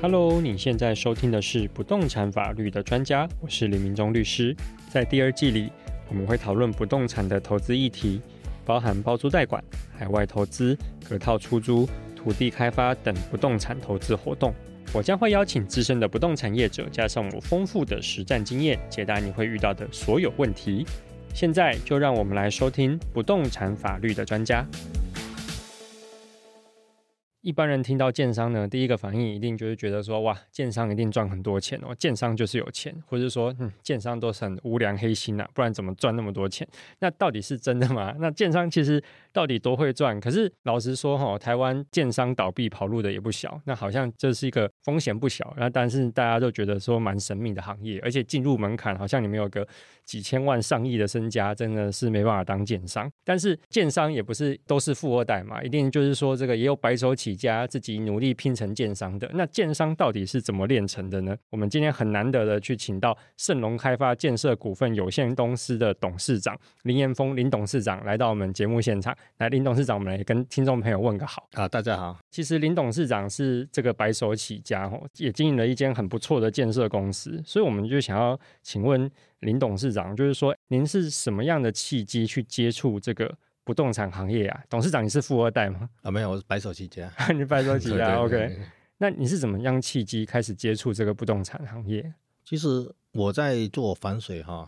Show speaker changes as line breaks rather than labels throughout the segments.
Hello，你现在收听的是不动产法律的专家，我是李明忠律师。在第二季里，我们会讨论不动产的投资议题，包含包租代管、海外投资、隔套出租、土地开发等不动产投资活动。我将会邀请资深的不动产业者，加上我丰富的实战经验，解答你会遇到的所有问题。现在就让我们来收听不动产法律的专家。一般人听到建商呢，第一个反应一定就是觉得说，哇，建商一定赚很多钱哦，建商就是有钱，或者是说，嗯，建商都是很无良黑心啊，不然怎么赚那么多钱？那到底是真的吗？那建商其实到底多会赚？可是老实说哈、台湾建商倒闭跑路的也不小，那好像这是一个风险不小，那但是大家都觉得说蛮神秘的行业，而且进入门槛好像你们有个几千万、上亿的身家，真的是没办法当建商。但是建商也不是都是富二代嘛，一定就是说这个也有白手起家、自己努力拼成建商的。那建商到底是怎么炼成的呢？我们今天很难得的去请到盛隆开发建设股份有限公司的董事长林延峰林董事长来到我们节目现场。来，林董事长，我们来跟听众朋友问个好。
啊，大家好，
其实林董事长是这个白手起家哦，也经营了一间很不错的建设公司，所以我们就想要请问林董事长，就是说您是什么样的契机去接触这个不动产行业啊？董事长，你是富二代吗？
啊，没有，我是白手起家。
你白手起
对
家
对对
，OK？
对
那你是怎么样契机开始接触这个不动产行业？
其实我在做反水哈，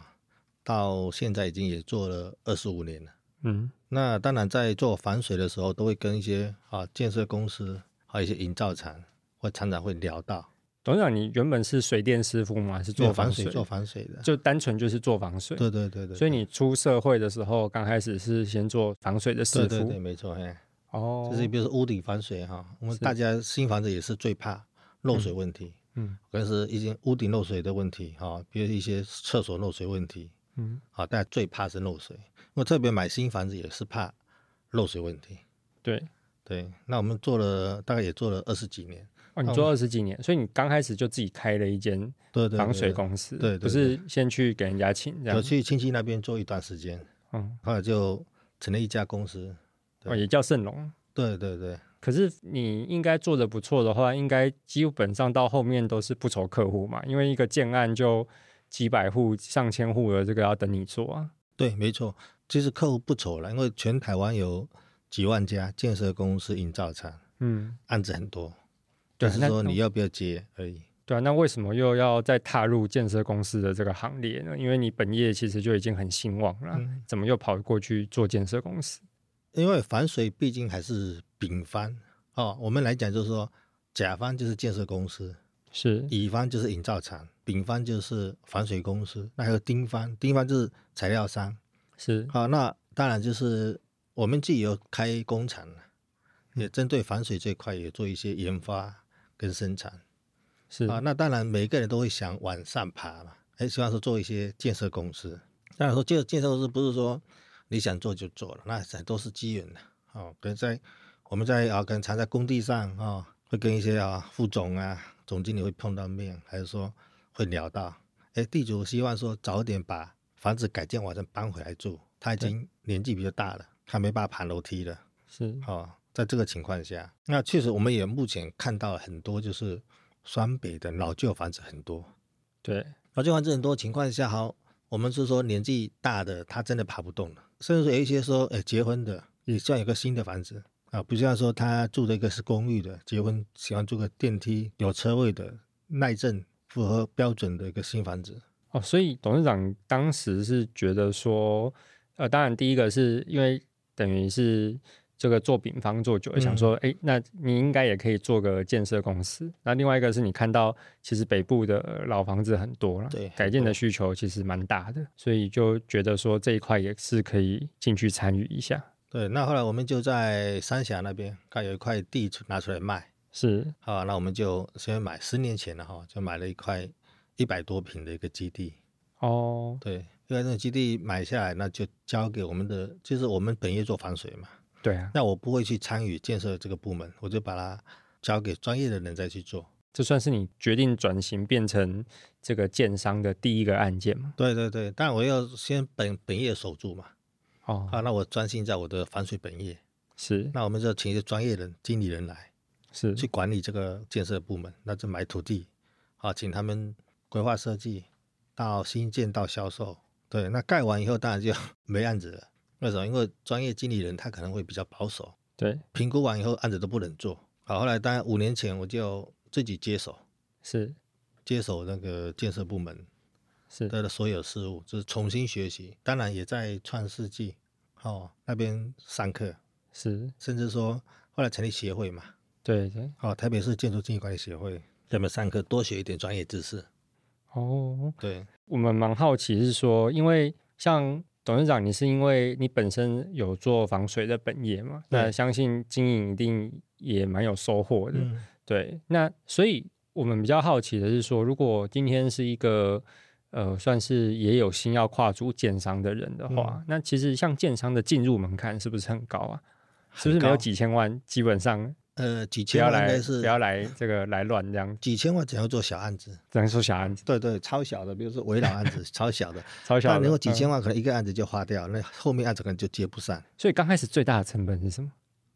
到现在已经也做了二十五年了。
嗯
那当然，在做反水的时候，都会跟一些啊建设公司，还有一些营造厂或厂长会聊到
董事长，你原本是水电师傅吗？还是做
做
防
反
水？
水、做反水的。
就单纯就是做防水。
对对对对，
所以你出社会的时候，刚开始是先做防水的师
对
傅。
对对，没错，嘿，
哦，
就是比如说屋顶反水哈，我们
是
大家新房子也是最怕漏水问题，
嗯
可能是一些屋顶漏水的问题哈，比如一些厕所漏水问题，
嗯，
啊，大家最怕是漏水。我特别买新房子也是怕漏水问题。
对。
对，那我们做了大概也做了二十几年，
哦，你
那
做
我
二十几年，所以你刚开始就自己开了一间
对对对，
防水公司，
对对
不是先去给人家请这
有
样，
去亲戚那边做一段时间，
嗯，
后来就成立一家公司。
哦，也叫盛隆。
对对对，
可是你应该做的不错的话，应该基本上到后面都是不愁客户嘛，因为一个建案就几百户、上千户的这个要等你做啊。
对，没错。其实客户不愁了，因为全台湾有几万家建设公司、营造厂，
嗯，
案子很多，
对
就
啊
是
那
说你要不要接而已。
对啊，那为什么又要再踏入建设公司的这个行列呢？因为你本业其实就已经很兴旺了，
嗯
怎么又跑过去做建设公司？
因为反水毕竟还是丙方哦，我们来讲就是说，甲方就是建设公司，
是
乙方就是营造厂，丙方就是防水公司，那还有丁方，丁方就是材料商。
是，
好，那当然就是我们自己有开工厂了，也针对防水这块也做一些研发跟生产。
是
啊，那当然每个人都会想往上爬嘛，哎，希望说做一些建设公司。当然说建建设公司不是说你想做就做了，那很多是机缘的。哦，可能在我们在啊，可能常在工地上啊、哦，会跟一些啊副总啊、总经理会碰到面，还是说会聊到，哎，地主希望说早点把房子改建完再搬回来住，他已经年纪比较大了，他没办法爬楼梯了。
是，
哦，在这个情况下，那确实我们也目前看到了很多就是双北的老旧房子很多，
对，
老旧房子很多情况下，好，我们是说年纪大的他真的爬不动了，甚至说有一些说，哎，结婚的也希望有个新的房子啊，不像说他住的一个是公寓的，结婚喜欢住个电梯有车位的耐震符合标准的一个新房子，
哦，所以董事长当时是觉得说，呃，当然第一个是因为等于是这个做丙方做久了，想
嗯
说，哎，那你应该也可以做个建设公司。那另外一个是你看到，其实北部的呃老房子很多了，
对
改
很
建的
多
需求其实蛮大的，所以就觉得说这一块也是可以进去参与一下。
对，那后来我们就在三峡那边，看有一块地出拿出来卖，
是
好、那我们就先买十年前了哈，就买了一块一百多平的一个基地。
哦，
对，因为那个基地买下来，那就交给我们的，就是我们本业做防水嘛。
对啊，
那我不会去参与建设这个部门，我就把它交给专业的人再去做。
这算是你决定转型变成这个建商的第一个案件嘛？
对对对，但我要先本本业守住嘛。
哦，
好，那我专心在我的防水本业。
是
那我们就请一些专业人、经理人来
是
去管理这个建设部门，那就买土地，啊，请他们规划设计，到新建到销售。对，那盖完以后当然就 没案子了。为什么？因为专业经理人他可能会比较保守，
对
评估完以后案子都不能做。好，后来当然五年前我就自己接手，
是
接手那个建设部门
是
的所有事务，就是重新学习。当然也在创世纪哦那边上课，
是，
甚至说后来成立协会嘛，
对对
哦，台北市建筑经济管理协会，在那边上课多学一点专业知识。
哦，
对，
我们蛮好奇是说，因为像董事长，你是因为你本身有做防水的本业嘛？
对
那相信经营一定也蛮有收获的。
嗯，
对，那所以我们比较好奇的是说，如果今天是一个呃，算是也有心要跨足建商的人的话，
嗯
那其实像建商的进入门槛是不是很高啊？是不是没有
高
几千万，基本上
呃，几
不
千
要
万应
来
该是
不要来这个来乱这样，
几千万，只要做小案子。
只能说小案子，
对对，超小的，比如说围绕案 子，超小的，
超
那
小
如
的
果几千
嗯
万，可能一个案子就花掉，那后面案子可能就接不上。
所以刚开始最大的成本是什么？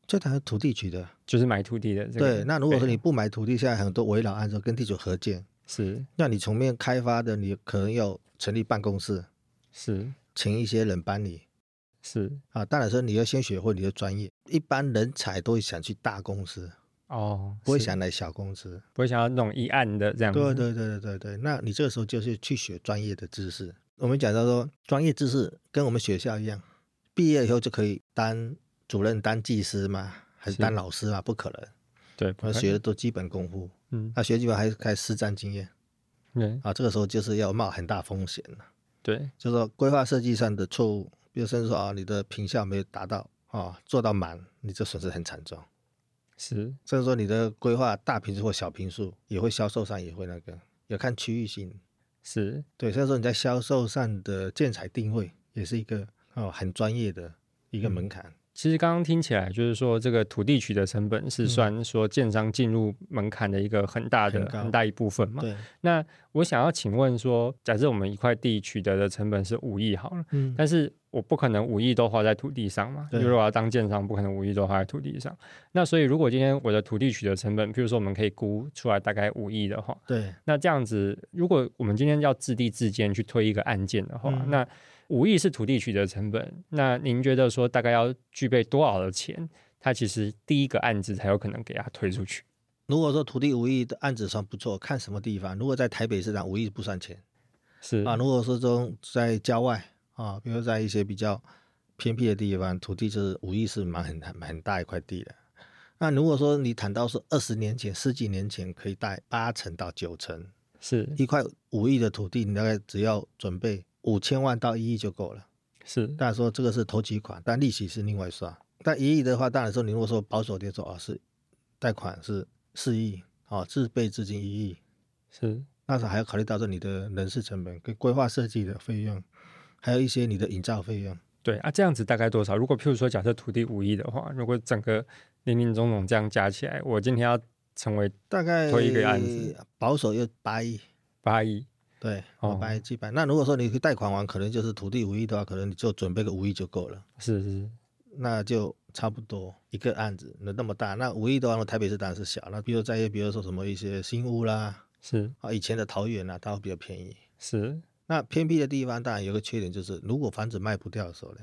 最谈土地取得，
就是买土地的这个费用。
对。那如果说你不买土地，现在很多围绕案子跟地主合建，
是
那你从面开发的，你可能要成立办公室，
是
请一些人帮你
是
啊。当然说你要先学会你的专业，一般人才都会想去大公司，
哦，
不会
是
想来小公司。
不会想要那种一案的这样子。
对对对对对对，那你这个时候就是去学专业的知识。我们讲到说，专业知识跟我们学校一样，毕业以后就可以当主任、当技师吗？还是
是哎
当老师吗？不可能，
对，不
我们
可
学
能
的都基本功夫。
嗯
那学基本还是开实战经验
对
啊，这个时候就是要冒很大风险了，
对
就是说规划设计上的错误，比如甚至说啊，你的评效没有达到啊，做到满，你这损失很惨重。
是
甚至说你的规划大平数或小平数也会销售上也会那个，要看区域性。
是
对，所以说你在销售上的建材定位也是一个哦很专业的一个门槛。
其实刚刚听起来，就是说这个土地取得成本是
嗯
算说建商进入门槛的一个很大的
很高
很大一部分嘛。
对，
那我想要请问说，假设我们一块地取得的成本是五亿好了，
嗯，
但是我不可能五亿都花在土地上嘛，因
对
为如果我要当建商，不可能五亿都花在土地上。那所以如果今天我的土地取得成本，譬如说我们可以估出来大概五亿的话，
对，
那这样子，如果我们今天要自地自建去推一个案件的话，
嗯
那无意是土地取得成本，那您觉得说大概要具备多少的钱，它其实第一个案子才有可能给它推出去？
如果说土地五亿的案子算不错，看什么地方。如果在台北市场，五亿不算钱
是
啊。如果说中在郊外啊，比如在一些比较偏僻的地方，土地就是五亿是蛮很很很大一块地的。那如果说你谈到是二十年前、十几年前，可以贷八成到九成，
是
一块五亿的土地，你大概只要准备五千万到一亿就够了。
是
当然说这个是头期款，但利息是另外算。但一亿的话，当然说你如果说保守点说啊、哦，是贷款是四亿，哦，自备资金一亿，
是
那时候还要考虑到说你的人事成本、跟规划设计的费用，还有一些你的营造费用。
对啊，这样子大概多少？如果譬如说假设土地五亿的话，如果整个零零总总这样加起来，我今天要成为
大概
推一个案子
保守要八亿，
八亿，
对，
哦
八亿几百。那如果说你贷款完，可能就是土地五亿的话，可能你就准备个五亿就够了，
是是
那就差不多一个案子那那么大。那五亿的话，台北市当然是小，那比如在比如说什么一些新屋啦，
是
啊，以前的桃园啊，它会比较便宜。
是，
那偏僻的地方当然有个缺点，就是如果房子卖不掉的时候呢，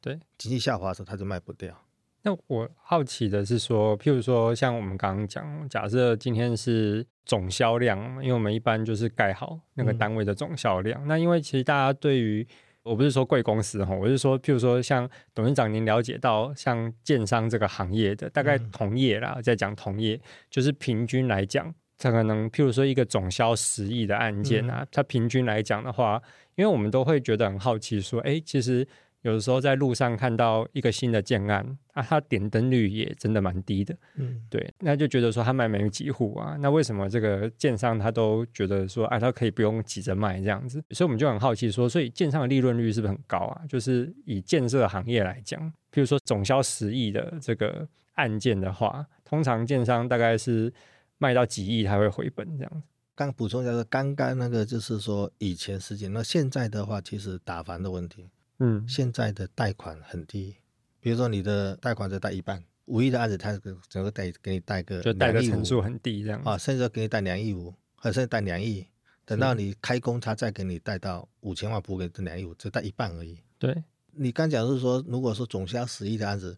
对，
经济下滑的时候它就卖不掉。
那我好奇的是说，譬如说像我们刚刚讲，假设今天是总销量，因为我们一般就是盖好那个
嗯
单位的总销量。那因为其实大家对于我不是说贵公司哈，我是说，譬如说像董事长，您了解到像建商这个行业的，大概
嗯
同业啦，在讲同业，就是平均来讲，它可能譬如说一个总销十亿的案件啊，它平均来讲的话，因为我们都会觉得很好奇，说，哎，其实有的时候在路上看到一个新的建案啊，它点灯率也真的蛮低的，
嗯，
对，那就觉得说他卖没几户啊，那为什么这个建商他都觉得说，哎，他可以不用急着卖这样子？所以我们就很好奇说，所以建商的利润率是不是很高啊？就是以建设行业来讲，譬如说总销十亿的这个案件的话，通常建商大概是卖到几亿才会回本这样子。
刚补充一下，说刚刚那个就是说以前事情，那现在的话，其实打房的问题，
嗯
现在的贷款很低，比如说你的贷款只贷一半，五亿的案子，它整个贷给你贷个
就贷的
2亿五
层数很低这样子。
啊，甚至要给你贷两亿五，还甚至贷两亿，等
是
到你开工，他再给你贷到五千万，补给这两亿五，只贷一半而已。
对，
你刚讲是说，如果说总销十亿的案子，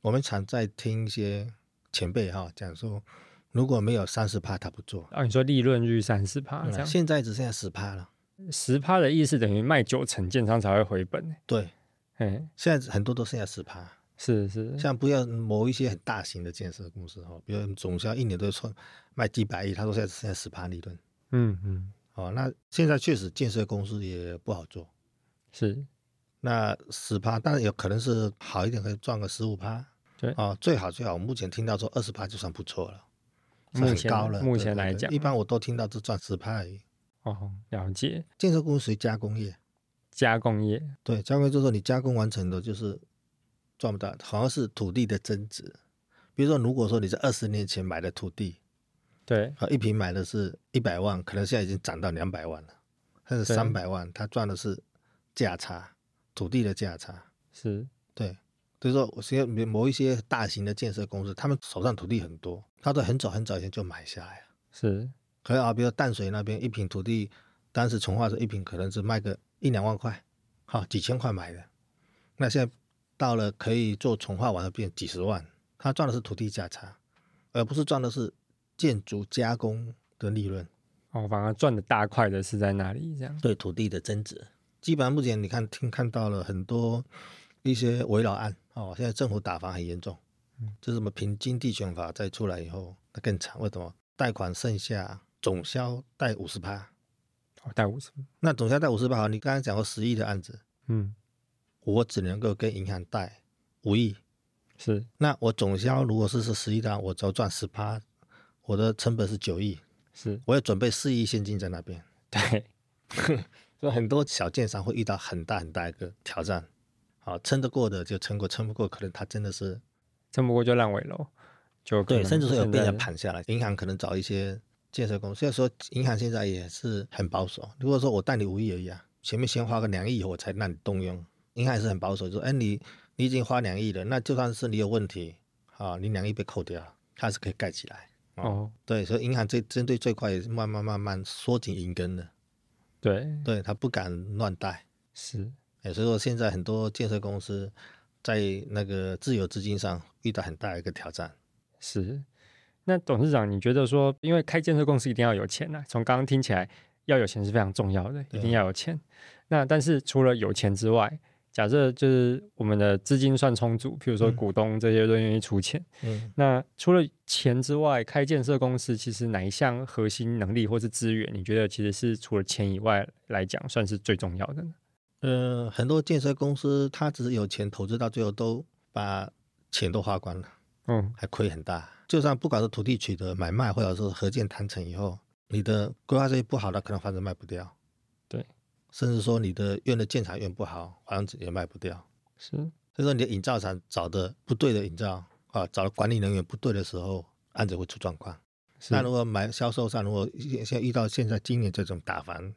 我们常在听一些前辈哈讲说，如果没有三十趴，他不做。嗯
啊，你说利润率三十趴啊这样，
啊现在只剩下十趴了。
十趴的意思等于卖九成建商才会回本、欸。
对，
嗯，
现在很多都剩下十趴。
是是，
像不要某一些很大型的建设公司哈，比如总销一年都创卖几百亿，他说现在只剩下十趴利润。
嗯嗯，
哦，那现在确实建设公司也不好做。
是。
那十趴，当然有可能是好一点，可以赚个十五趴。
对
哦，最好最好，我目前听到说二十趴就算不错了，是
目
很
前
高了。
目
对
前
对
来
对
讲
一般我都听到只赚十趴而已。
哦，了解。
建设公司属于加工业，
加工业
对，加工业就是说你加工完成的，就是赚不到，好像是土地的增值。比如说，如果说你在二十年前买的土地，
对
啊，一平买的是一百万，可能现在已经涨到两百万了，甚至
对
三百万，他赚的是价差，土地的价差。
是
对，就是说，我现在某一些大型的建设公司，他们手上土地很多，他都很早很早以前就买下来了。
是，
可能啊，比如淡水那边一平土地，当时从化时候一平可能是卖个一两万块，好、几千块买的，那现在到了可以做从化完了变几十万，他赚的是土地价差，而不是赚的是建筑加工的利润。
哦，反而赚的大块的是在哪里？这样
对土地的增值。基本上目前你看听看到了很多一些围绕案哦，现在政府打房很严重，这是什么平均地权法再出来以后，那更惨。为什么？贷款剩下总销贷五十趴，
哦，带五十，
那总销贷五十趴，好，你刚刚讲过十亿的案子，
嗯，
我只能够跟银行贷五亿，
是
那我总销如果是是十亿的案，我只要赚十趴，我的成本是九亿，
是，
我要准备四亿现金在那边。
对，
所以很多小建商会遇到很大很大一个挑战。好，撑得过的就撑过，撑不过可能他真的是
撑不过就烂尾楼，就可
对，
能
甚至是有
现
被
在
人盘下来。银行可能找一些建设公司，所以说银行现在也是很保守。如果说我贷你五亿而已啊，前面先花个两亿以后我才让你动用，银行也是很保守，就说哎你你已经花两亿了，那就算是你有问题啊，你两亿被扣掉了，它还是可以盖起来。
哦，
对，所以银行这针对这块也是慢慢慢慢缩紧银根的，
对，
对他不敢乱贷。
是
哎，所以说现在很多建设公司在那个自有资金上遇到很大的一个挑战。
是。那董事长，你觉得说，因为开建设公司一定要有钱啊？从刚刚听起来，要有钱是非常重要的，一定
对
要有钱。那但是除了有钱之外，假设就是我们的资金算充足，譬如说
嗯
股东这些都愿意出钱，
嗯，
那除了钱之外，开建设公司其实哪一项核心能力或是资源，你觉得其实是除了钱以外来讲，算是最重要的呢？
呃，很多建设公司它只是有钱投资，到最后都把钱都花光了，
嗯，
还亏很大。就算不管是土地取得、买卖，或者是合建谈成以后，你的规划设计不好了，可能房子卖不掉。
对，
甚至说你的院的建材院不好，房子也卖不掉。
是
所以说你的营造厂找的不对的营造啊，找的管理人员不对的时候，案子会出状况。
是
那如果买销售上，如果现现在遇到现在今年这种打房，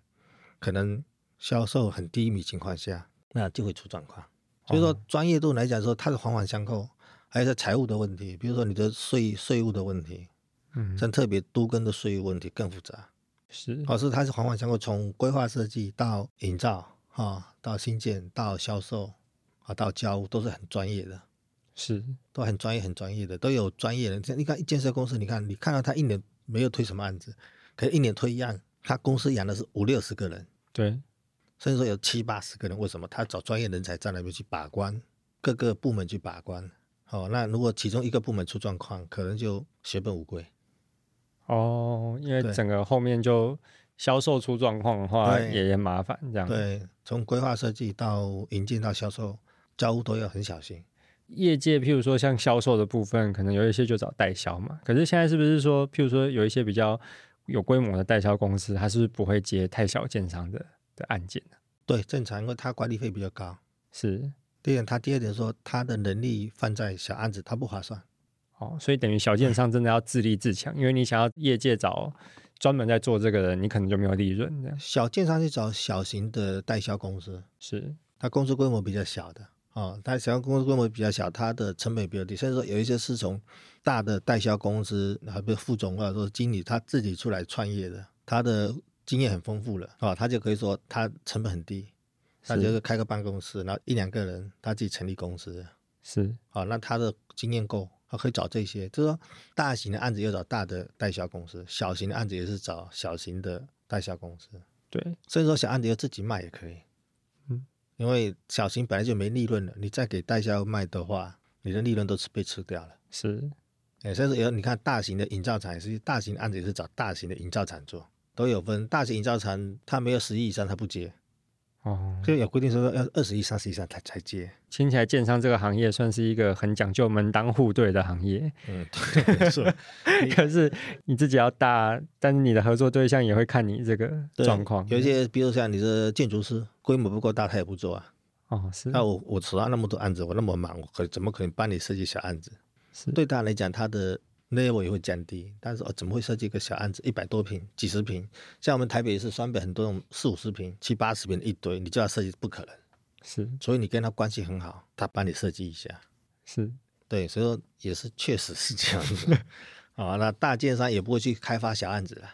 可能销售很低迷情况下，那就会出状况。所以说
哦，
专业度来讲说，它是环环相扣，还有是财务的问题，比如说你的税税务的问题，
嗯，
像特别都跟的税务问题更复杂。
是
哦，是它是环环相扣，从规划设计到营造啊、到新建到销售啊，到交屋都是很专业的。
是
都很专业、很专业的，都有专业人。像你看建设公司，你看你看到他一年没有推什么案子，可是一年推一案，他公司养的是五六十个人，
对，
甚至说有七八十个人。为什么？他找专业人才在那边去把关，各个部门去把关。哦，那如果其中一个部门出状况，可能就血本无归。
哦，因为
对
整个后面就销售出状况的话，
对
也也麻烦这样。，
对，从规划设计到引进到销售，交互都要很小心。
业界譬如说像销售的部分，可能有一些就找代销嘛。可是现在是不是说，譬如说有一些比较有规模的代销公司，它是不是不会接太小建商的的案件呢
对，正常，因为它管理费比较高。
是
第一点，他第二点说，他的能力放在小案子，他不划算。
哦，所以等于小建商真的要自立自强，因为你想要业界找专门在做这个的，你可能就没有利润这样。
小建商去找小型的代销公司，
是
它公司规模比较小的哦，它小公司规模比较小，它的成本比较低，甚至说有一些是从大的代销公司，还不是副总或者说经理他自己出来创业的，他的经验很丰富了啊、哦，他就可以说他成本很低，他
是
就是开个办公室，然后一两个人他自己成立公司，
是
好、那他的经验够，他可以找这些，就是说大型的案子要找大的代销公司，小型的案子也是找小型的代销公司。
对，
所以说小案子由自己卖也可以，
嗯，
因为小型本来就没利润了，你再给代销卖的话，你的利润都是被吃掉了。
是
哎，甚至有你看大型的营造厂也是，大型案子也是找大型的营造厂做，都有分。大型营造厂它没有十亿以上它不接，
哦，
就有规定说要二十亿、三十以上才才接。
听起来建商这个行业算是一个很讲究门当户对的行业，
嗯， 对，没错。
可是你自己要大，但是你的合作对象也会看你这个
对
状况。
有一些，比如像你的建筑师，规模不够大，他也不做啊。
哦，是
那我我手上那么多案子，我那么忙，我可怎么可能帮你设计小案子？
是
对他来讲，他的 level 也会降低。但是哦，怎么会设计一个小案子，一百多平、几十平？像我们台北也是双北很多那种四五十平、七八十平的一堆，你叫他设计不可能。
是
所以你跟他关系很好，他帮你设计一下。
是
对，所以说也是确实是这样子。 啊、那大建商也不会去开发小案子了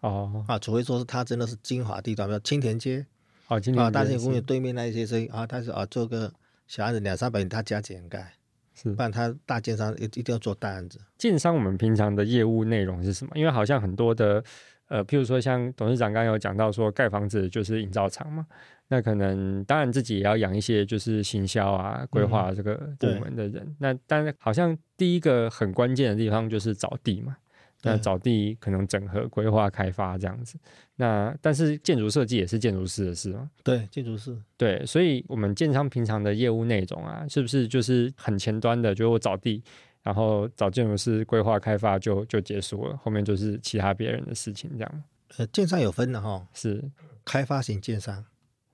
哦
啊，除非说是他真的是精华地段，比如青田街
哦，今
啊、
年
大
也
建公
是
园对面那一些生意啊，但是啊做个小案子两三百平，他加减盖，
是
不然他大建商一一定要做大案子。
建商我们平常的业务内容是什么？因为好像很多的，呃，譬如说像董事长刚刚有讲到说，盖房子就是营造厂嘛，那可能当然自己也要养一些就是行销啊、规划这个部
对
门的人。那但是好像第一个很关键的地方就是找地嘛。那
对
找地可能整合规划开发这样子，那但是建筑设计也是建筑师的事嘛，
对，建筑师。
对，所以我们建商平常的业务内容啊，是不是就是很前端的，就是我找地，然后找建筑师规划开发就就结束了，后面就是其他别人的事情，这样
呃，建商有分的哈、
是
开发型建商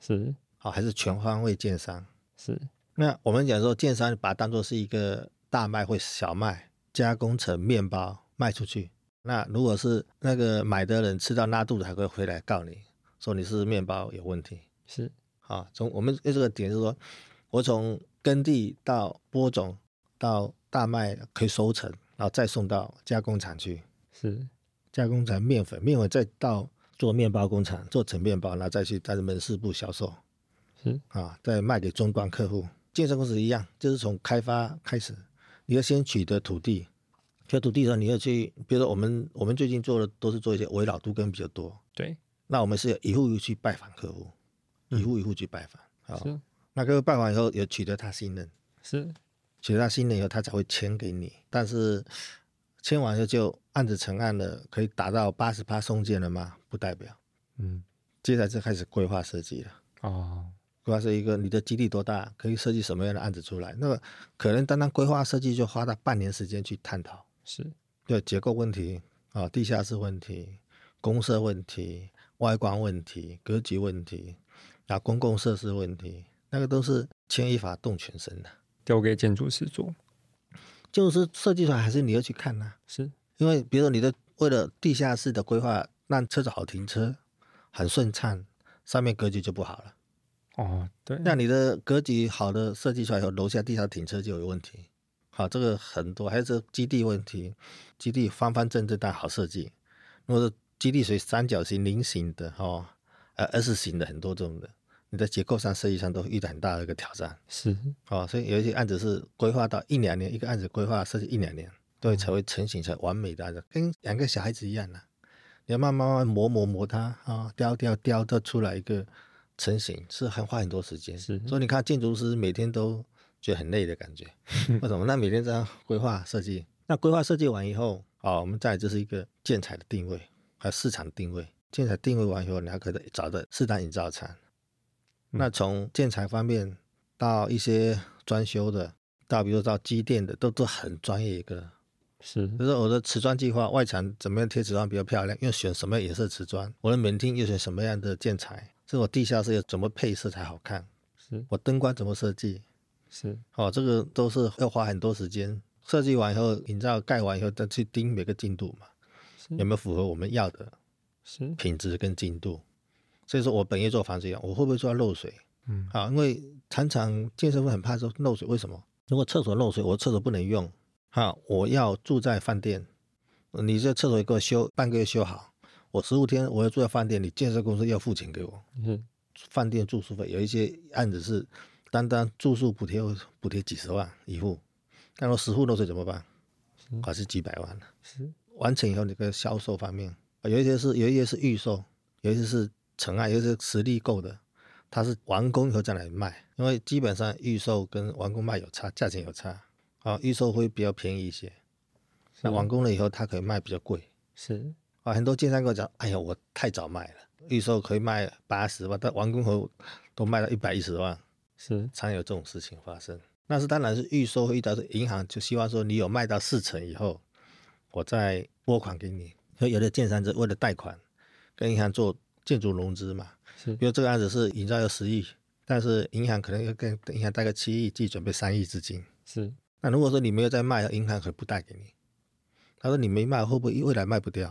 是
啊、还是全方位建商？
是
那我们讲说，建商把它当做是一个大麦或小麦加工成面包卖出去。那如果是那个买的人吃到拉肚子，还会回来告你说你是面包有问题
是
啊。从我们这个点是说，我从耕地到播种到大麦可以收成，然后再送到加工厂去。
是
加工成面粉，面粉再到做面包工厂做成面包，然后再去在门市部销售，
是
啊，再卖给终端客户。建设公司一样，就是从开发开始，你要先取得土地，取得土地的时候，你要去，比如说我们我们最近做的都是做一些围绕都跟比较多，
对
那我们是一户一户去拜访客户，一户一户去拜访，啊、
嗯是
那客户拜访以后有取得他信任，
是
取得他信任以后，他才会签给你。但是签完以后就案子成案了，可以达到八十趴松件了吗？不代表，
嗯
接下来就开始规划设计了。
哦
规划是一个你的基地多大，可以设计什么样的案子出来？那个可能单单规划设计就花到半年时间去探讨，
是
对结构问题啊、地下室问题、公社问题、外观问题、格局问题，啊，公共设施问题，那个都是牵一发动全身的。
丢给建筑师做
就是设计出来还是你要去看啊呐、
是
因为比如说你的为了地下室的规划，让车子好停车，很顺畅，上面格局就不好了。
哦对
那你的格局好的设计出来以后，楼下地下停车就有问题。好，这个很多，还有这个基地问题，基地方方正正但好设计。如果是基地属于三角形、菱形的哦，呃 S 型的很多这种的，你在结构上、设计上都遇到很大的一个挑战。
是
哦，所以有一些案子是规划到一两年，一个案子规划设计一两年，对，才会成型成完美的案子，跟养个小孩子一样的、你要慢慢慢慢磨磨磨它啊、雕雕雕，到出来一个成型，是很花很多时间。
是
所以你看建筑师每天都觉得很累的感觉，为什么？那每天这样规划设哦计，那规划设计完以后，啊、我们再来就是一个建材的定位，还有市场定位，建材定位完以后，你还可以找的适当营造厂。那从建材方面到一些装修的，到比如到机电的，都都很专业一个。
是
就是我的瓷砖计划，外墙怎么样贴瓷砖比较漂亮，又选什么颜色瓷砖，我的门厅又选什么样的建材，这我地下室又怎么配色才好看，
是
我灯光怎么设计，
是，
哦，这个都是要花很多时间。设计完以后，营造盖完以后，再去盯每个进度嘛，
是
有没有符合我们要的
是
品质跟进度。所以说我本业做房子一样，我会不会做到漏水？
嗯
啊，因为常常健身会很怕说漏水，为什么？如果厕所漏水，我厕所不能用，哈、我要住在饭店，你这厕所给我修半个月修好，我十五天我要住在饭店，你建设公司要付钱给我，
是
饭店住宿费有一些案子是单单住宿补贴补贴几十万一户，那我十户漏水怎么办？还是几百万呢？
是
完成以后，你个销售方面，啊有一些是有一些是预售，有一些是成案，有一些是实力购的，它是完工以后再来卖，因为基本上预售跟完工卖有差，价钱有差啊，预售会比较便宜一些，那完工了以后它可以卖比较贵
是
啊。很多建商跟我讲，哎呀，我太早卖了，预售可以卖八十万，但完工后都卖到一百一十万，
是
常有这种事情发生。那是当然是预售会遇到，银行就希望说你有卖到四成以后，我再拨款给你。所以有的建商是为了贷款，跟银行做建筑融资嘛。
是
比如这个案子是营造要十亿，但是银行可能要跟跟银行贷个七亿，自己准备三亿资金。
是
那如果说你没有在卖，银行可不贷给你。他说你没卖，会不会未来卖不掉？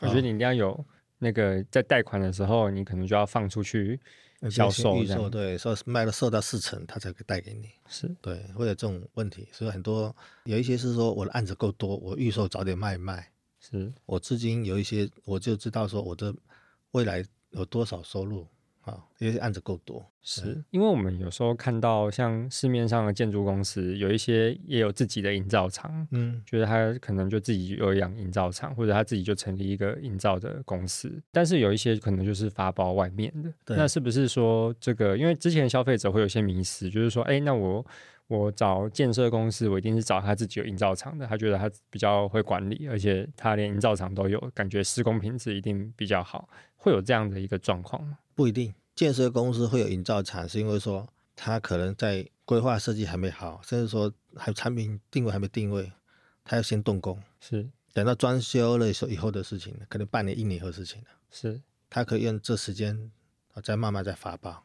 我觉
啊
得你一定要有那个在贷款的时候，你可能就要放出去销售
预
这
售
样。
呃对，说卖了售到四成，他才可以贷给你。
是
对，会有这种问题，所以很多有一些是说我的案子够多，我预售早点卖一卖，
是
我至今有一些我就知道说我的未来有多少收入啊，有些案子够多，
是，因为我们有时候看到像市面上的建筑公司，有一些也有自己的营造厂，
嗯，
觉得他可能就自己有养营造厂，或者他自己就成立一个营造的公司。但是有一些可能就是发包外面的，
对
那是不是说这个？因为之前消费者会有一些迷失，就是说，哎，那我我找建设公司，我一定是找他自己有营造厂的，他觉得他比较会管理，而且他连营造厂都有，感觉施工品质一定比较好，会有这样的一个状况吗？
不一定。建设公司会有营造厂，是因为说他可能在规划设计还没好，甚至说还产品定位还没定位，他要先动工，
是
等到装修了以后以后的事情，可能半年一年以后的事情。
是
他可以用这时间啊再慢慢再发包。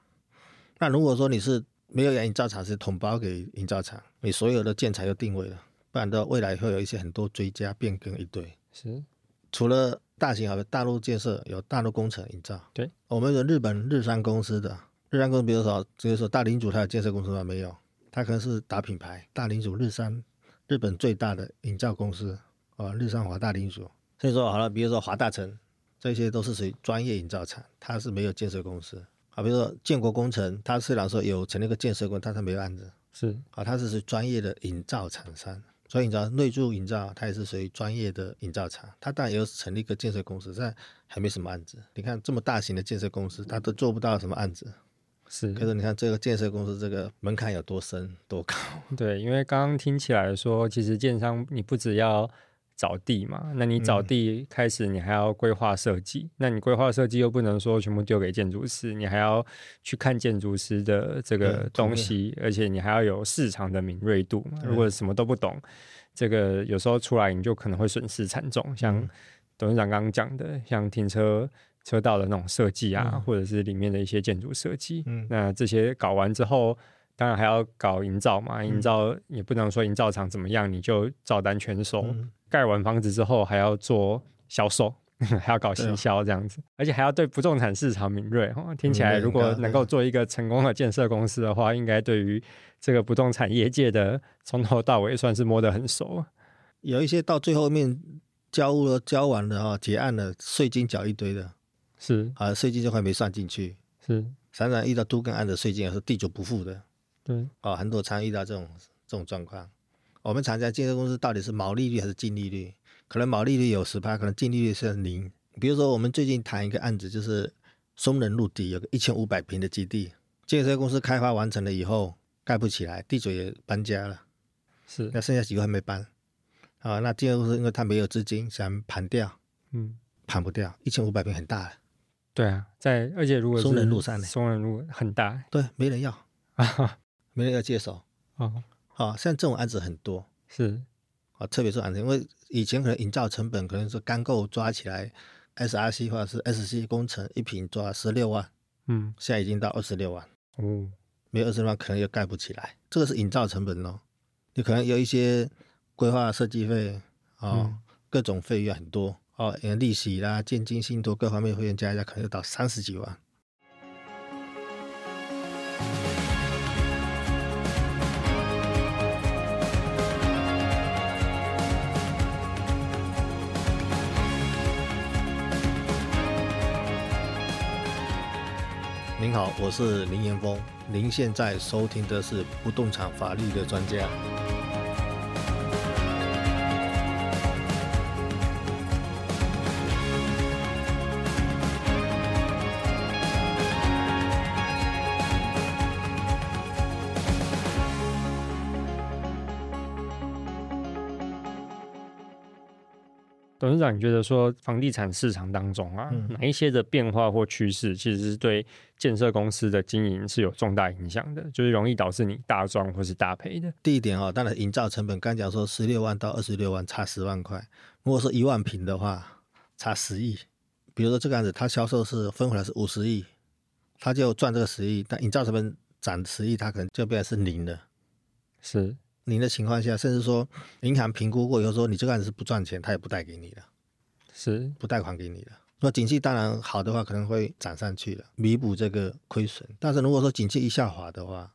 那如果说你是没有营造厂，是统包给营造厂，你所有的建材都定位了，不然的未来会有一些很多追加变更一堆。
是
除了大型好的大陆建设有大陆工程营造，
对，
我们有日本日商公司的日商公司，比如说就是说大林组它有建设公司吗？没有，它可能是打品牌，大林组日商日本最大的营造公司啊，日商华大林组。所以说好了，比如说华大城，这些都是属于专业营造厂，它是没有建设公司。啊，比如说建国工程，它虽然说有成立一个建设公司，但它没有案子。
是
啊，它是属于专业的营造厂商，所以你知道内住营造它也是属于专业的营造厂，它当然也有成立一个建设公司，但还没什么案子。你看这么大型的建设公司，它都做不到什么案子。
是，
可是你看这个建设公司这个门槛有多深多高？
对，因为刚刚听起来说，其实建商你不只要找地嘛，那你找
嗯
地开始，你还要规划设计，那你规划设计又不能说全部丢给建筑师，你还要去看建筑师的这个
对
东
图片
西，而且你还要有市场的敏锐度嘛。如果什么都不懂，这个有时候出来你就可能会损失惨重，像
嗯
董事长刚刚讲的，像停车车道的那种设计啊，
嗯
或者是里面的一些建筑设计，
嗯
那这些搞完之后，当然还要搞营造
嗯
嘛，营造也不能说营造厂怎么样你就照单全收，
嗯
盖完房子之后还要做销售。 还要搞
对
行
啊
销这样子，而且还要对不动产市场敏锐。哦听起
敏
来，
锐
如
很
果
高
能
嗯对啊
够做一个成功的建设公司的话，应该对于这个不动产业界的从头到尾算是摸得很熟。
有一些到最后面交了交完了哈，结案了，税金缴一堆的
是
啊，税金这块没算进去，
是，
常常遇到都更案的税金啊也是地主不付的。
对，
哦，很多常遇到这种这种状况。我们常在建设公司到底是毛利率还是净利率？可能毛利率有十趴，可能净利率是零。比如说，我们最近谈一个案子，就是松仁路底有个一千五百平的基地，建设公司开发完成了以后盖不起来，地主也搬家了，
是
那，剩下几户还没搬。啊，那建设公司因为他没有资金，想盘掉，
嗯，
盘不掉，一千五百平很大了，
对啊，在而且如果是
松仁啊路上呢
松仁路很大
对，没人要，
啊，
没人要接手。
哦，
啊，像这种案子很多
是
啊，特别是案子，因为以前可能营造成本可能是干购抓起来，SRC 或者是 SC 工程一平抓十六万，
嗯
现在已经到二十六万，
哦
没有二十万可能又盖不起来，这个是营造成本哦。你可能有一些规划设计费啊，
嗯
各种费用很多哦，呃利息啦、建金、信托各方面费用加一加，可能要到三十几万。您好，我是林岩峰，您现在收听的是不动产法律的专家。
董事长，你觉得说房地产市场当中啊，
嗯
哪一些的变化或趋势，其实是对建设公司的经营是有重大影响的，就是容易导致你大赚或是大赔的？
第一点哦，当然营造成本，刚讲说十六万到二十六万差十万块，如果是一万平的话，差十亿。比如说这个案子，它销售是分回来是五十亿，他就赚这个十亿，但营造成本涨十亿，他可能就变成是零了。
是
零的情况下，甚至说银行评估过以后说你这个案子是不赚钱，他也不贷给你了，
是，
不贷款给你了。那景气当然好的话，可能会涨上去了，弥补这个亏损。但是如果说景气一下滑的话，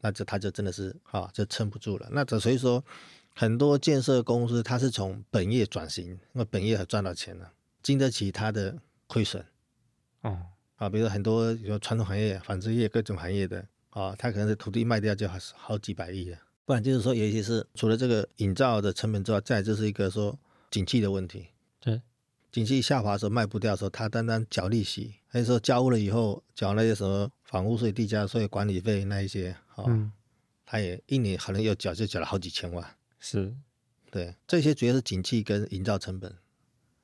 那这他就真的是啊，就撑不住了。那这所以说，很多建设公司它是从本业转型，因为本业还赚到钱了，经得起它的亏损
哦，
啊。比如说很多比如说传统行业、纺织业各种行业的啊，它可能是土地卖掉就好好几百亿了。不然就是说，尤其是除了这个营造的成本之外，再来就是一个说景气的问题。
对，
景气下滑的时候卖不掉的时候，他单单缴利息，还有说交屋了以后缴那些什么房屋税、地价税、管理费那一些，啊、
嗯，
他也一年可能有缴就缴了好几千万。
是
对，这些主要是景气跟营造成本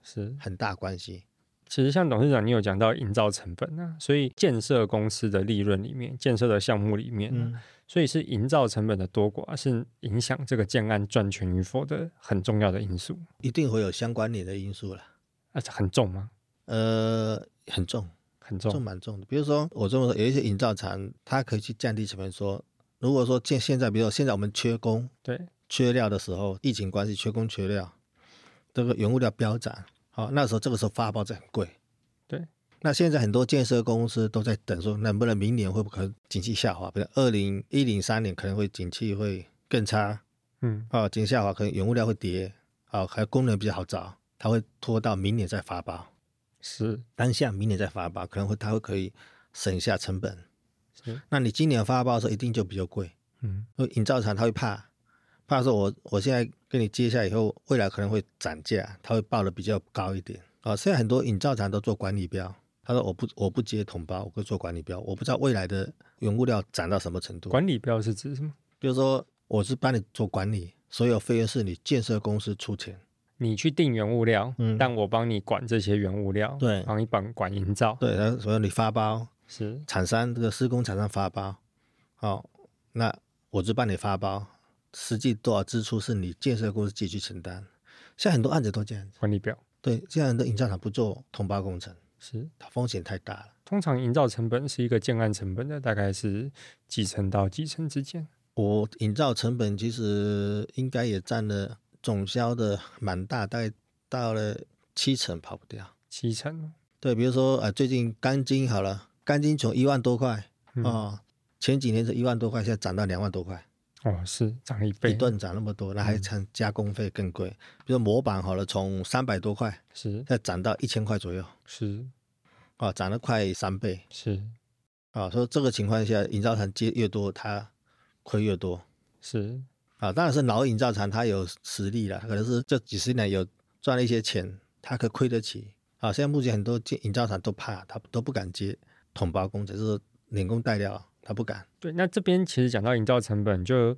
是。
很大关系。
其实像董事长，你有讲到营造成本啊，所以建设公司的利润里面，建设的项目里面啊、
嗯，
所以是营造成本的多寡是影响这个建案赚钱与否的很重要的因素
一定会有相关联的因素了。
啊，很重吗？
呃，很重，
很重，
重蛮重的。比如说，我这么说，有一些营造厂，它可以去降低成本说，如果说现现在，比如说现在我们缺工、
对，
缺料的时候，疫情关系缺工缺料，这个原物料飙涨，好、那时候这个时候发包就很贵。
对，
那现在很多建设公司都在等说，能不能明年会不会可能景气下滑？比如二零一零三年可能会景气会更差
嗯，
啊，景气下滑可能原物料会跌啊，还有工人比较好找，它会拖到明年再发包，
是
当下明年再发包，可能会它会可以省一下成本。
是，
那你今年发包的时候一定就比较贵，
嗯，
因为营造厂他会怕，怕说我我现在跟你接下以后，未来可能会涨价，他会报的比较高一点啊。现在很多营造厂都做管理标，他说我不我不接统包，我会做管理标，我不知道未来的原物料涨到什么程度。
管理标是指什么？
比如说我是帮你做管理，所有费用是你建设公司出钱，
你去定原物料，
嗯
但我帮你管这些原物料，
对
帮你管管营造，
对，然后所以你发包，
是
厂商这个施工厂商发包，好、那我就帮你发包，实际多少支出是你建设公司自己去承担。现在很多案子都这样子，
管理标
对，现在很多营造厂不做统包工程，
是。
它风险太大了。
通常营造成本是一个建案成本的大概是几成到几成之间，
我营造成本其实应该也占了总销的蛮大，大概到了七成跑不掉。
七成，
对，比如说呃，最近钢筋好了，钢筋从一万多块啊、
嗯
哦前几年是一万多块，现在涨到两万多块。
哦，是涨了一
一
倍，
吨涨那么多，那还成加工费更贵。比如模板好了，从三百多块
是
再涨到一千块左右，
是
啊，涨了快三倍
是
啊。所以这个情况下，营造厂接越多，它亏越多
是，
啊。当然是老营造厂它有实力了，它可能是这几十年有赚了一些钱，它可亏得起啊。现在目前很多建营造厂都怕，它都不敢接统包工程，就是连工带料，它不敢。
对，那这边其实讲到营造成本，就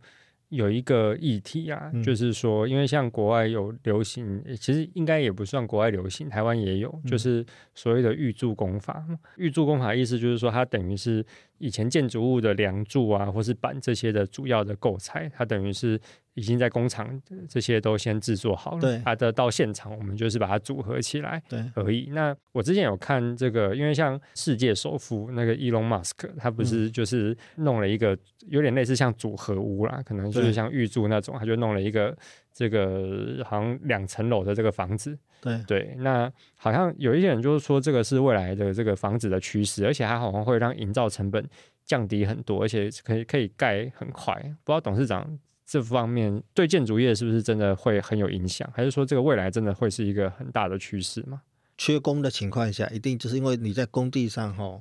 有一个议题啊，
嗯
就是说，因为像国外有流行，诶其实应该也不算国外流行，台湾也有，
嗯
就是所谓的预祝工法。预祝工法的意思就是说，它等于是以前建筑物的梁柱啊，或是板这些的主要的构材，它等于是已经在工厂呃这些都先制作好了，
对
它的到现场我们就是把它组合起来，
对，
而已。那我之前有看这个，因为像世界首富那个 Elon Musk，他不是就是弄了一个有点类似像组合屋啦，可能就是
对
像玉柱那种，他就弄了一个这个好像两层楼的这个房子。
对，
对，那好像有一些人就是说这个是未来的这个房子的趋势，而且它好像会让营造成本降低很多，而且可以可以盖很快。不知道董事长。这方面对建筑业是不是真的会很有影响？还是说这个未来真的会是一个很大的趋势吗？
缺工的情况下，一定就是因为你在工地上哈、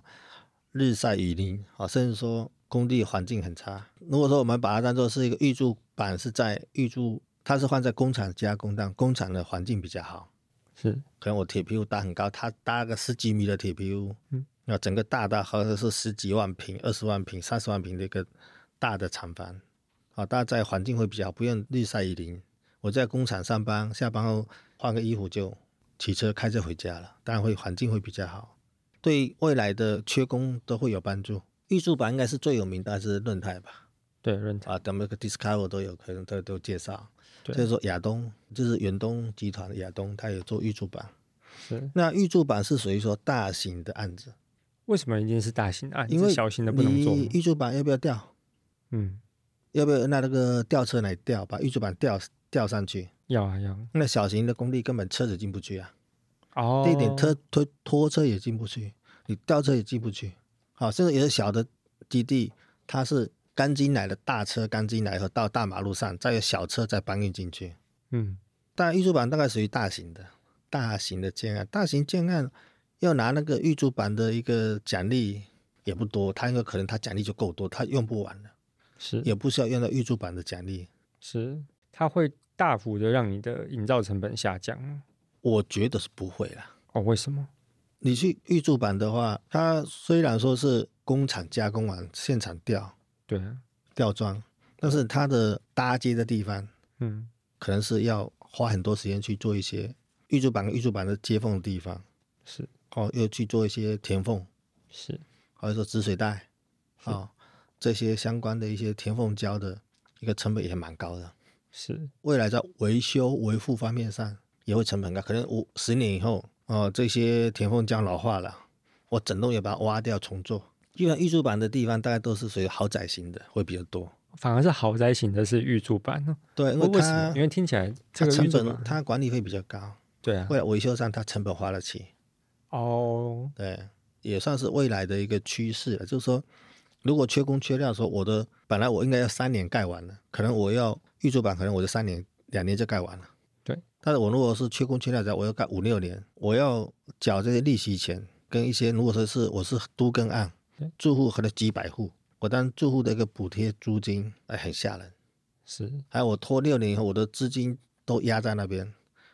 日晒雨淋啊，甚至说工地环境很差。如果说我们把它当做是一个预铸板，是在预铸，它是放在工厂加工，但工厂的环境比较好，
是
可能我铁皮屋搭很高，它搭个十几米的铁皮屋，
嗯，
那整个大大好像是十几万平、二十万平、三十万平的一个大的厂房，啊，大家在环境会比较好，不用日晒雨淋。我在工厂上班，下班后换个衣服就骑车开车回家了，当然会环境会比较好，对未来的缺工都会有帮助。预制板应该是最有名的，还是润泰吧？
对论坛，
啊，咱们个 Discover 都有可能都都介绍。
对
就是说亚东，就是远东集团的亚东，它有做预制板。
是
那预制板是属于说大型的案子，
为什么一定是大型的案子？
因为
小型的不能做吗
你预制板要不要吊？
嗯，
要不要拿那个吊车来吊，把预制板吊吊上去？
要啊要
那小型的工地根本车子进不去啊，
啊哦，
第一点车推拖车也进不去，你吊车也进不去。好，甚至有的小的基地，它是钢筋来的大车，钢筋来以后到大马路上，再有小车再搬运进去。
嗯
但预制板大概属于大型的，大型的建案，大型建案要拿那个预制板的一个奖励也不多，他因为可能他奖励就够多，他用不完了，
是
也不需要用到预制板的奖励。
是，它会大幅的让你的营造成本下降吗
我觉得是不会啦。
哦？为什么？
你去预制板的话，它虽然说是工厂加工完现场吊
对啊，
吊装，但是它的搭接的地方
嗯
可能是要花很多时间去做一些预制板跟预制板的接缝的地方，
是
哦，又去做一些填缝，
是
或者说止水带，啊、这些相关的一些填缝胶的一个成本也蛮高的。
是
未来在维修维护方面上也会成本高，可能五十年以后，哦、这些填缝胶老化了，我整栋也把它挖掉重做。一般预制板的地方大概都是属于豪宅型的，会比较多。
反而是豪宅型的是预住版哦。
对，因
为什
它
么？因为听起来这
它
个
成
预住版
本它管理费比较高，
对啊
未来维修上它成本花得起。
哦
对，也算是未来的一个趋势了。就是说，如果缺工缺料的时候，我的本来我应该要三年盖完了，可能我要预制板，可能我就三年两年就盖完了。
对，
但是我如果是缺工缺料的时候，我要盖五六年，我要缴这些利息钱跟一些，如果说是我是都更案
对，
住户可能几百户，我当住户的一个补贴租金，哎，很吓人。
是
还有我拖六年以后，我的资金都压在那边，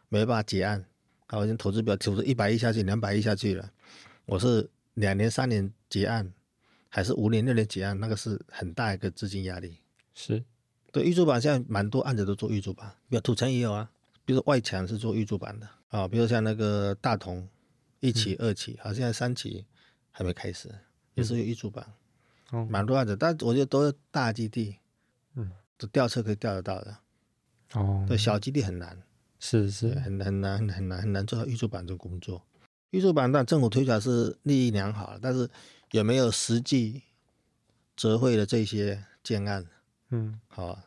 没办法结案。啊，我已经投资表投资一百亿下去，两百亿下去了，我是两年、三年结案，还是五年、六年结案，那个是很大一个资金压力。
是
对，预制板现在蛮多案子都做预制板，比如土城也有啊，比如说外墙是做预制板的啊，比如像那个大同一期、二期，好、现在三期还没开始，也是有预制板，
哦
蛮多案子，但我觉得都是大基地，
嗯，
都吊车可以吊得到的。
哦
对，小基地很难，
是
对，
是
很很难很难很难做到预制板这个工作。预制板但政府推出来是利益良好，但是有没有实际折会的这些建案？
嗯，
好、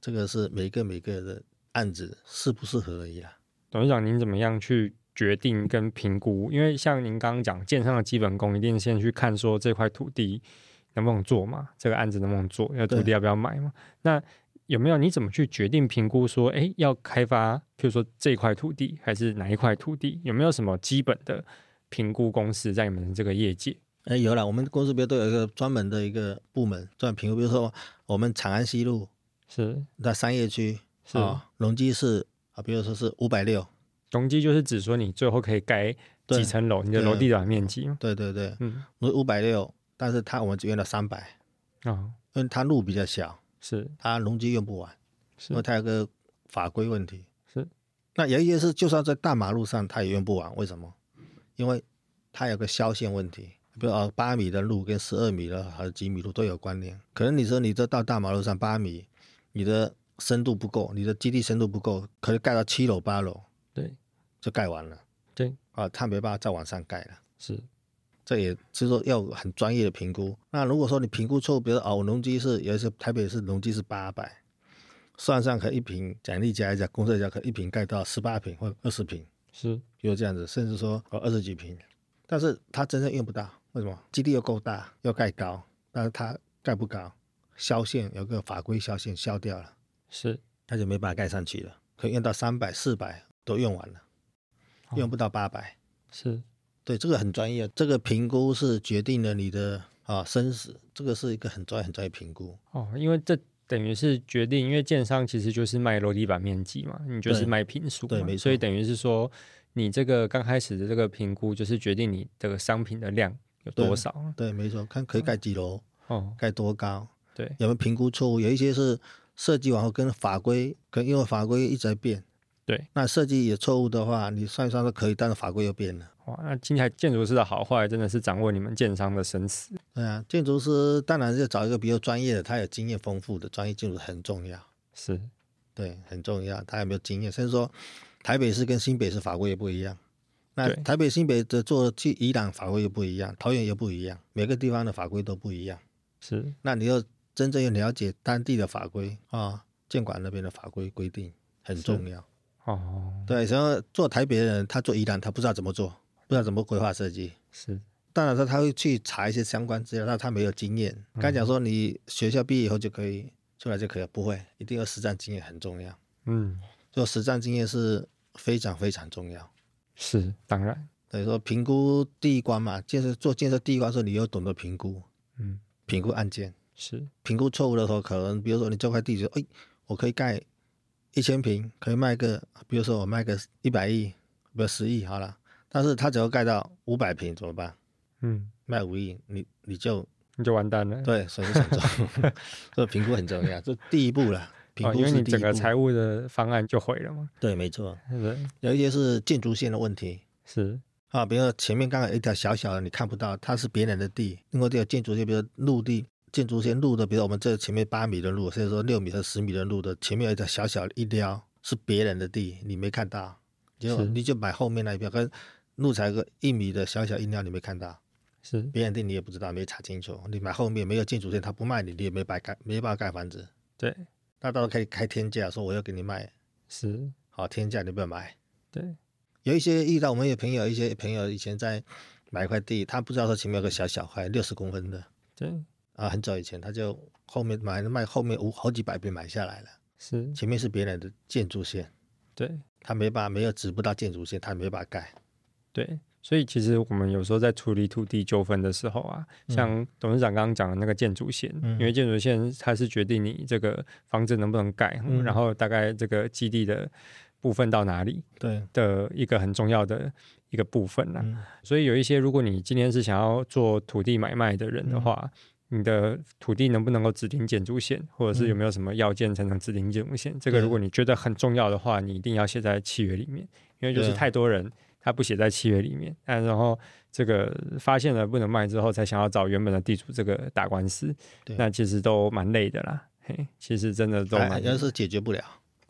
这个是每个每个的案子适不适合而已啦。
董事长您怎么样去？决定跟评估，因为像您刚刚讲，建商的基本功一定先去看说这块土地能不能做嘛，这个案子能不能做，要土地
对
要不要买嘛？那有没有你怎么去决定评估说，哎，要开发，譬如说这块土地还是哪一块土地，有没有什么基本的评估公式在你们这个业界？
哎，有了，我们公司边都有一个专门的一个部门专门评估，比如说我们长安西路
是
在商业区
是，
啊，容积是啊，比如说是五百六，
容积就是指说你最后可以盖
对
几层楼，你的
对
楼地板面积嘛。
对对对，
嗯
五百六，但是它我们只用了三百，
啊、哦，
因为它路比较小，
是
它容积用不完，因为
是
它有个法规问题。
是，
那有一些是就算在大马路上它也用不完，为什么？因为它有个消限问题，比如呃八米的路跟十二米的还有几米路都有关联。可能你说你这到大马路上八米，你的深度不够，你的基地深度不够，可能盖到七楼八楼
对
就盖完了
对
啊，它没办法再往上盖了。
是
这也就是说要很专业的评估。那如果说你评估错误，比如说哦，容积是有一些台北市容积是八百，算上可能一平，奖励加一加，公社加可能一平盖到十八平或二十平，
是
比如这样子，甚至说哦二十几平，但是它真正用不到，为什么？基地又够大，又盖高，但是它盖不高，销线有个法规销线消掉了，
是
它就没办法盖上去了，可以用到三百、四百都用完了，用不到八百、
是
对，这个很专业，这个评估是决定了你的啊生死，这个是一个很专业、很专业评估。
哦，因为这等于是决定，因为建商其实就是卖楼地板面积嘛，你就是
对
卖平数嘛，
对没
所以
错
等于是说你这个刚开始的这个评估，就是决定你这个商品的量有
对
多少啊
对，没错，看可以盖几楼，
哦，
盖多高，
对
有没有评估错误？有一些是设计完后跟法规，跟因为法规一直在变，
对，
那设计也错误的话，你算一算都可以，但是法规又变了。
哇，那听起来建筑师的好坏真的是掌握你们建商的生死，
对啊，建筑师当然是找一个比较专业的，他有经验丰富的专业建筑师很重要，
是
对，很重要。他有没有经验？甚至说，台北市跟新北市法规也不一样。那
对
台北、新北的做去宜兰法规又不一样，桃园又不一样，每个地方的法规都不一样。
是
那你要真正要了解当地的法规啊，监管那边的法规规定很重要。
哦，
对，然后做台北人，他做宜兰，他不知道怎么做，不知道怎么规划设计。
是
当然说他会去查一些相关资料，但他没有经验。刚讲说你学校毕业以后就可以出来就可以了，不会，一定要实战经验很重要。
嗯
就实战经验是非常非常重要。
是当然
等于说评估第一关嘛，建设做建设第一关的时候，你要懂得评估，
嗯
评估案件，
是
评估错误的时候，可能比如说你这块地就哎，我可以盖一千平，可以卖个，比如说我卖个一百亿，不十亿好了，但是他只要盖到五百平怎么办？
嗯
卖五亿，你你就
你就完蛋了，哦
对损失惨 重，所以评估很重要，这第一步了。评
哦，
估
因为
是
你
第一
整个财
步，
务的方案就毁了嘛，
对，没错。
对不对？
有一些是建筑线的问题，
是
啊，比如说前面刚刚有一条小小的你看不到，它是别人的地，另外这条建筑线，比如说陆地建筑线路的，比如说我们这前面八米的路，甚至说六米和十米的路的前面有一条小小的一撩是别人的地，你没看到，你就是你就买后面那一边，跟路才有个一米的小小一撩你没看到，
是
别人地你也不知道，没查清楚，你买后面没有建筑线，他不卖你，你也没白盖，没办法盖房子，
对
那到时候可以开天价，说我要给你卖，
是
好天价你不要买，
对
有一些遇到我们有朋友，一些朋友以前在买一块地，他不知道说前面有个小小块六十公分的
对
啊，很早以前他就后面买卖后面五好几百平买下来了，
是
前面是别人的建筑线，
对
他没把没有指不到建筑线，他没把盖。
对，所以其实我们有时候在处理土地纠纷的时候啊，像董事长刚刚讲的那个建筑线，因为建筑线它是决定你这个房子能不能盖，
嗯
然后大概这个基地的部分到哪里
对，
的一个很重要的一个部分啦、
嗯
所以有一些，如果你今天是想要做土地买卖的人
嗯
的话，你的土地能不能够指定建筑线，或者是有没有什么要件才能指定建筑线？这个
嗯对
如果你觉得很重要的话，你一定要写在契约里面，因为就是
对啊
太多人他不写在契约里面，但然后这个发现了不能卖之后，才想要找原本的地主这个打官司
对，
那其实都蛮累的啦。嘿，其实真的都
哎
蛮累
要是解决不了，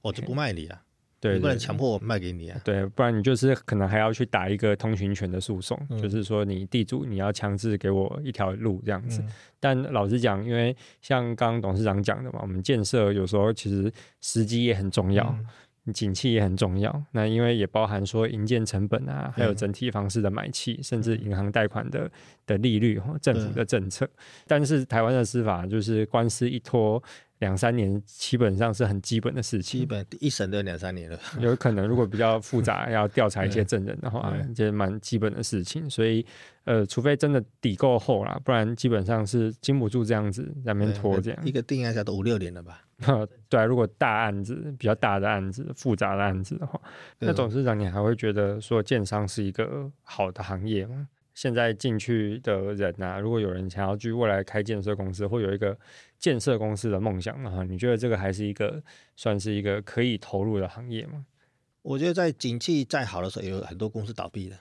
我就不卖你了，
对
你不能
对
强迫我卖给你啊。
对，不然你就是可能还要去打一个通行权的诉讼，
嗯
就是说你地主你要强制给我一条路这样子。
嗯
但老实讲，因为像刚刚董事长讲的嘛，我们建设有时候其实时机也很重要，
嗯
景气也很重要。那因为也包含说营建成本啊，还有
对
整体房市的买气，甚至银行贷款的的利率哈，政府
对
的政策。但是台湾的司法就是官司一拖两三年，基本上是很基本的事情
基。本一审都有两三年了。
有可能，如果比较复杂，要调查一些
对
证人的话
对，
这蛮基本的事情。所以，呃，除非真的底够厚啦，不然基本上是经不住这样子在那边拖这样
一。个定案下都五六年了吧？
对啊，如果大案子、比较大的案子、复杂的案子的话，那
对
董事长，你还会觉得说建商是一个好的行业吗？现在进去的人啊，如果有人想要去未来开建设公司，或有一个建设公司的梦想啊，你觉得这个还是一个算是一个可以投入的行业吗？
我觉得在景气再好的时候，也有很多公司倒闭的，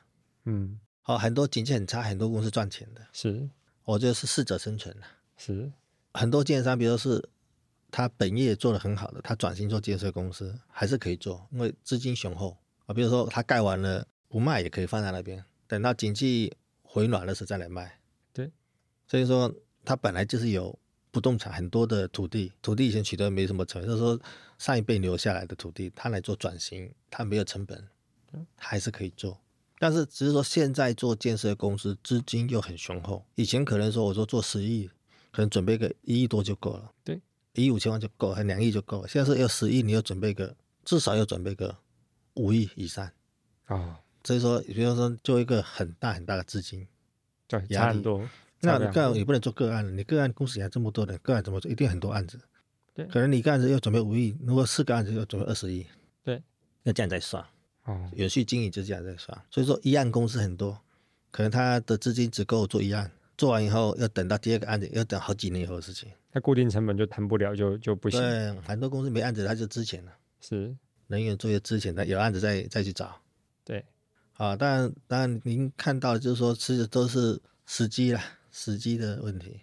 嗯，
好、很多景气很差，很多公司赚钱的。
是
我觉得哦是适者生存啊
是，
很多建商，比如说是他本业做得很好的，他转型做建设公司还是可以做，因为资金雄厚啊。比如说他盖完了不卖也可以放在那边，等到经济回暖的时候再来卖。
对，
所以说他本来就是有不动产很多的土地，土地以前取得没什么成本，就是说上一辈留下来的土地，他来做转型，他没有成本，他还是可以做。但是只是说现在做建设公司资金又很雄厚，以前可能说我说做十亿，可能准备个一亿多就够了，
对，
一亿五千万就够了，还两亿就够了。现在是要十亿，你要准备个至少要准备个五亿以上。
哦，
所以说，比如说做一个很大很大的资金，
对，
压
差很
力
多。
那
差非
你
常
个案
多
也不能做个案了，你个案公司养这么多人，个案怎么做？一定很多案子。
对
可能你个案子要准备五亿，如果四个案子要准备二十亿，
对，
要这样再算。
哦，
有序经营就是这样在算。所以说，一案公司很多，可能他的资金只够做一案，做完以后要等到第二个案子，要等好几年以后的事情。
那固定成本就谈不了，就就不行。
对，很多公司没案子，他就之前了，
是，
人员作业之前的有案子再再去找
对，
啊。当然，当然您看到的就是说，其实都是时机啦，时机的问题。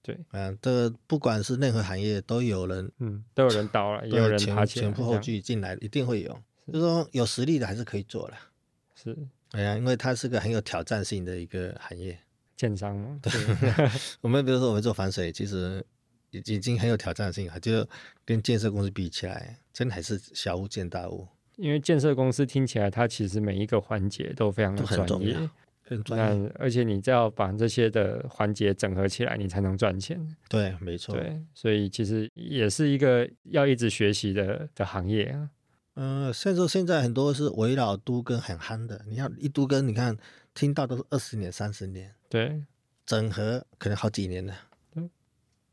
对，
嗯、这个不管是任何行业，都有人
嗯，都有人倒 了，也
对
有人爬
前
起来，
前赴
这
后
样
继进来，一定会有。就是说，有实力的还是可以做的。
是
哎呀，因为它是个很有挑战性的一个行业。
建商嘛，对，
我们比如说我们做防水，其实已已经很有挑战性了，就跟建设公司比起来，真的还是小巫见大巫，
因为建设公司听起来，它其实每一个环节都非常的
都很
专
重
业
要，，很专业。
那而且你只要把这些的环节整合起来，你才能赚钱。
对，没错。
对，所以其实也是一个要一直学习的的行业啊。
嗯，甚至现在很多是围绕都跟很憨的，你看一都跟，你看听到都是二十年、三十年，
对，
整合可能好几年了。
嗯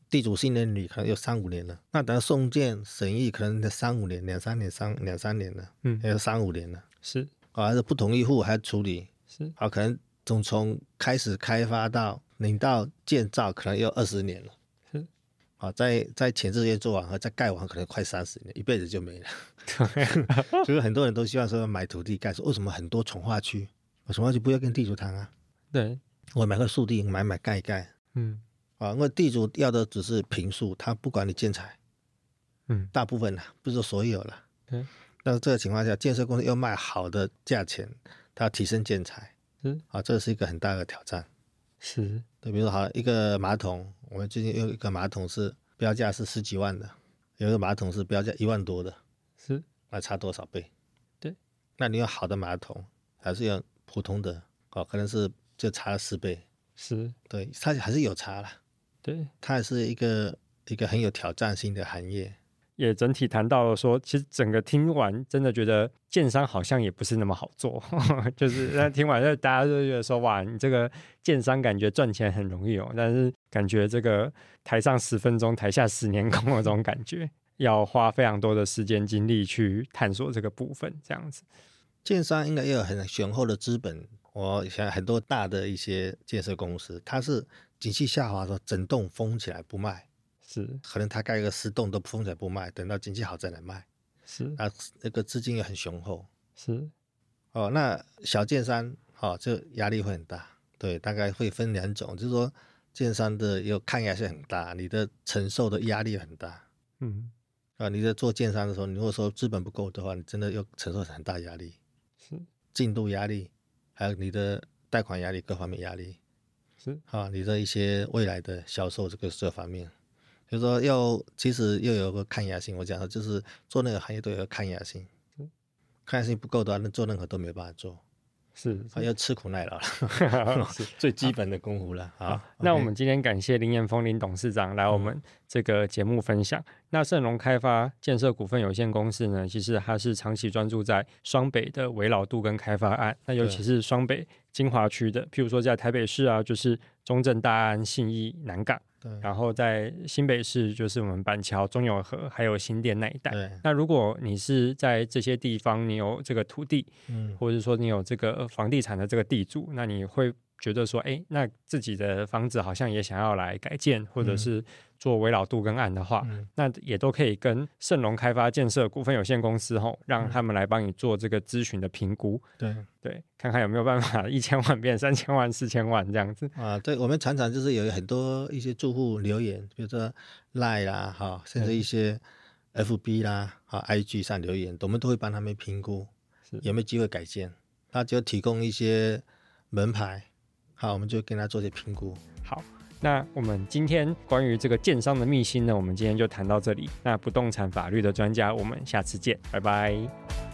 地主信任你可能有三五年了，那等到送件审议可能得三五年、两三年、三两三年了，
嗯
还，有三五年了。
是
啊，这不同意户还要处理，
是，
啊，可能从从开始开发到领到建造，可能要二十年了。
是，
啊，在在前置业做完和在盖完，可能快三十年，一辈子就没了。所以很多人都希望说买土地盖，说为什么很多从化区，我从化区不要跟地主谈啊，
对，
我买块树地买买盖一盖
嗯
啊，因为地主要的只是平数，他不管你建材，
嗯，
大部分啦，不是说所有啦。
对。
那这个情况下，建设公司要卖好的价钱，它要提升建材，
是
啊，这是一个很大的挑战。
是，
对，比如说好一个马桶，我们最近有一个马桶是标价是十几万的，有一个马桶是标价一万多的，
是
那差多少倍？
对，
那你有好的马桶，还是有普通的？哦，可能是就差了十倍，
是，
对，它还是有差了。
对。
它也是一个一个很有挑战性的行业，
也整体谈到了说，其实整个听完真的觉得建商好像也不是那么好做， 就是那听完就大家就觉得说，哇，你这个建商感觉赚钱很容易哦，但是感觉这个台上十分钟，台下十年功的这 种感觉，要花非常多的时间精力去探索这个部分，这样子。
建商应该也有很雄厚的资本。我想很多大的一些建设公司，它是景气下滑的时候，整栋封起来不卖，
是
可能它盖个十栋都封起来不卖，等到经济好再来卖。
是
那那个资金也很雄厚
是，
哦。那小建商哦，就压力会很大。对，大概会分两种，就是说建商的有抗压性很大，你的承受的压力很大
嗯
啊。你在做建商的时候，你如果说资本不够的话，你真的要承受很大压力。
是
进度压力，还有你的贷款压力各方面压力
是
啊，你的一些未来的销售这个这方面，就是说要其实又有个抗压性。我讲的就是做那个行业都有个抗压性
嗯，
抗压性不够的话，那做任何都没办法做，
是，
啊，要吃苦耐劳了，
啊是
最基本的功夫了
好
啊。，
那
OK 嗯
我们今天感谢林彦峰林董事长来我们这个节目分享。那盛隆开发建设股份有限公司呢，其实它是长期专注在双北的围绕度跟开发案，那尤其是双北金华区的，譬如说在台北市啊，就是中正、大安、信义、南港，
对
然后在新北市就是我们板桥、中永和还有新店那一带。
对，
那如果你是在这些地方，你有这个土地，
嗯，
或者说你有这个呃房地产的这个地主，那你会觉得说，哎，那自己的房子好像也想要来改建，或者是做围绕度跟案的话，
嗯
那也都可以跟盛隆开发建设股份有限公司吼，让
嗯
他们来帮你做这个咨询的评估，
对
对，看看有没有办法一千万变三千万、四千万这样子。
啊，对，我们常常就是有很多一些住户留言，比如说 Line 啦，哈，甚至一些 FB 啦、啊 IG 上留言，我们都会帮他们评估
是
有没有机会改建，他就提供一些门牌，好，我们就跟他做些评估。
好，那我们今天关于这个建商的秘辛呢，我们今天就谈到这里。那不动产法律的专家，我们下次见，拜拜。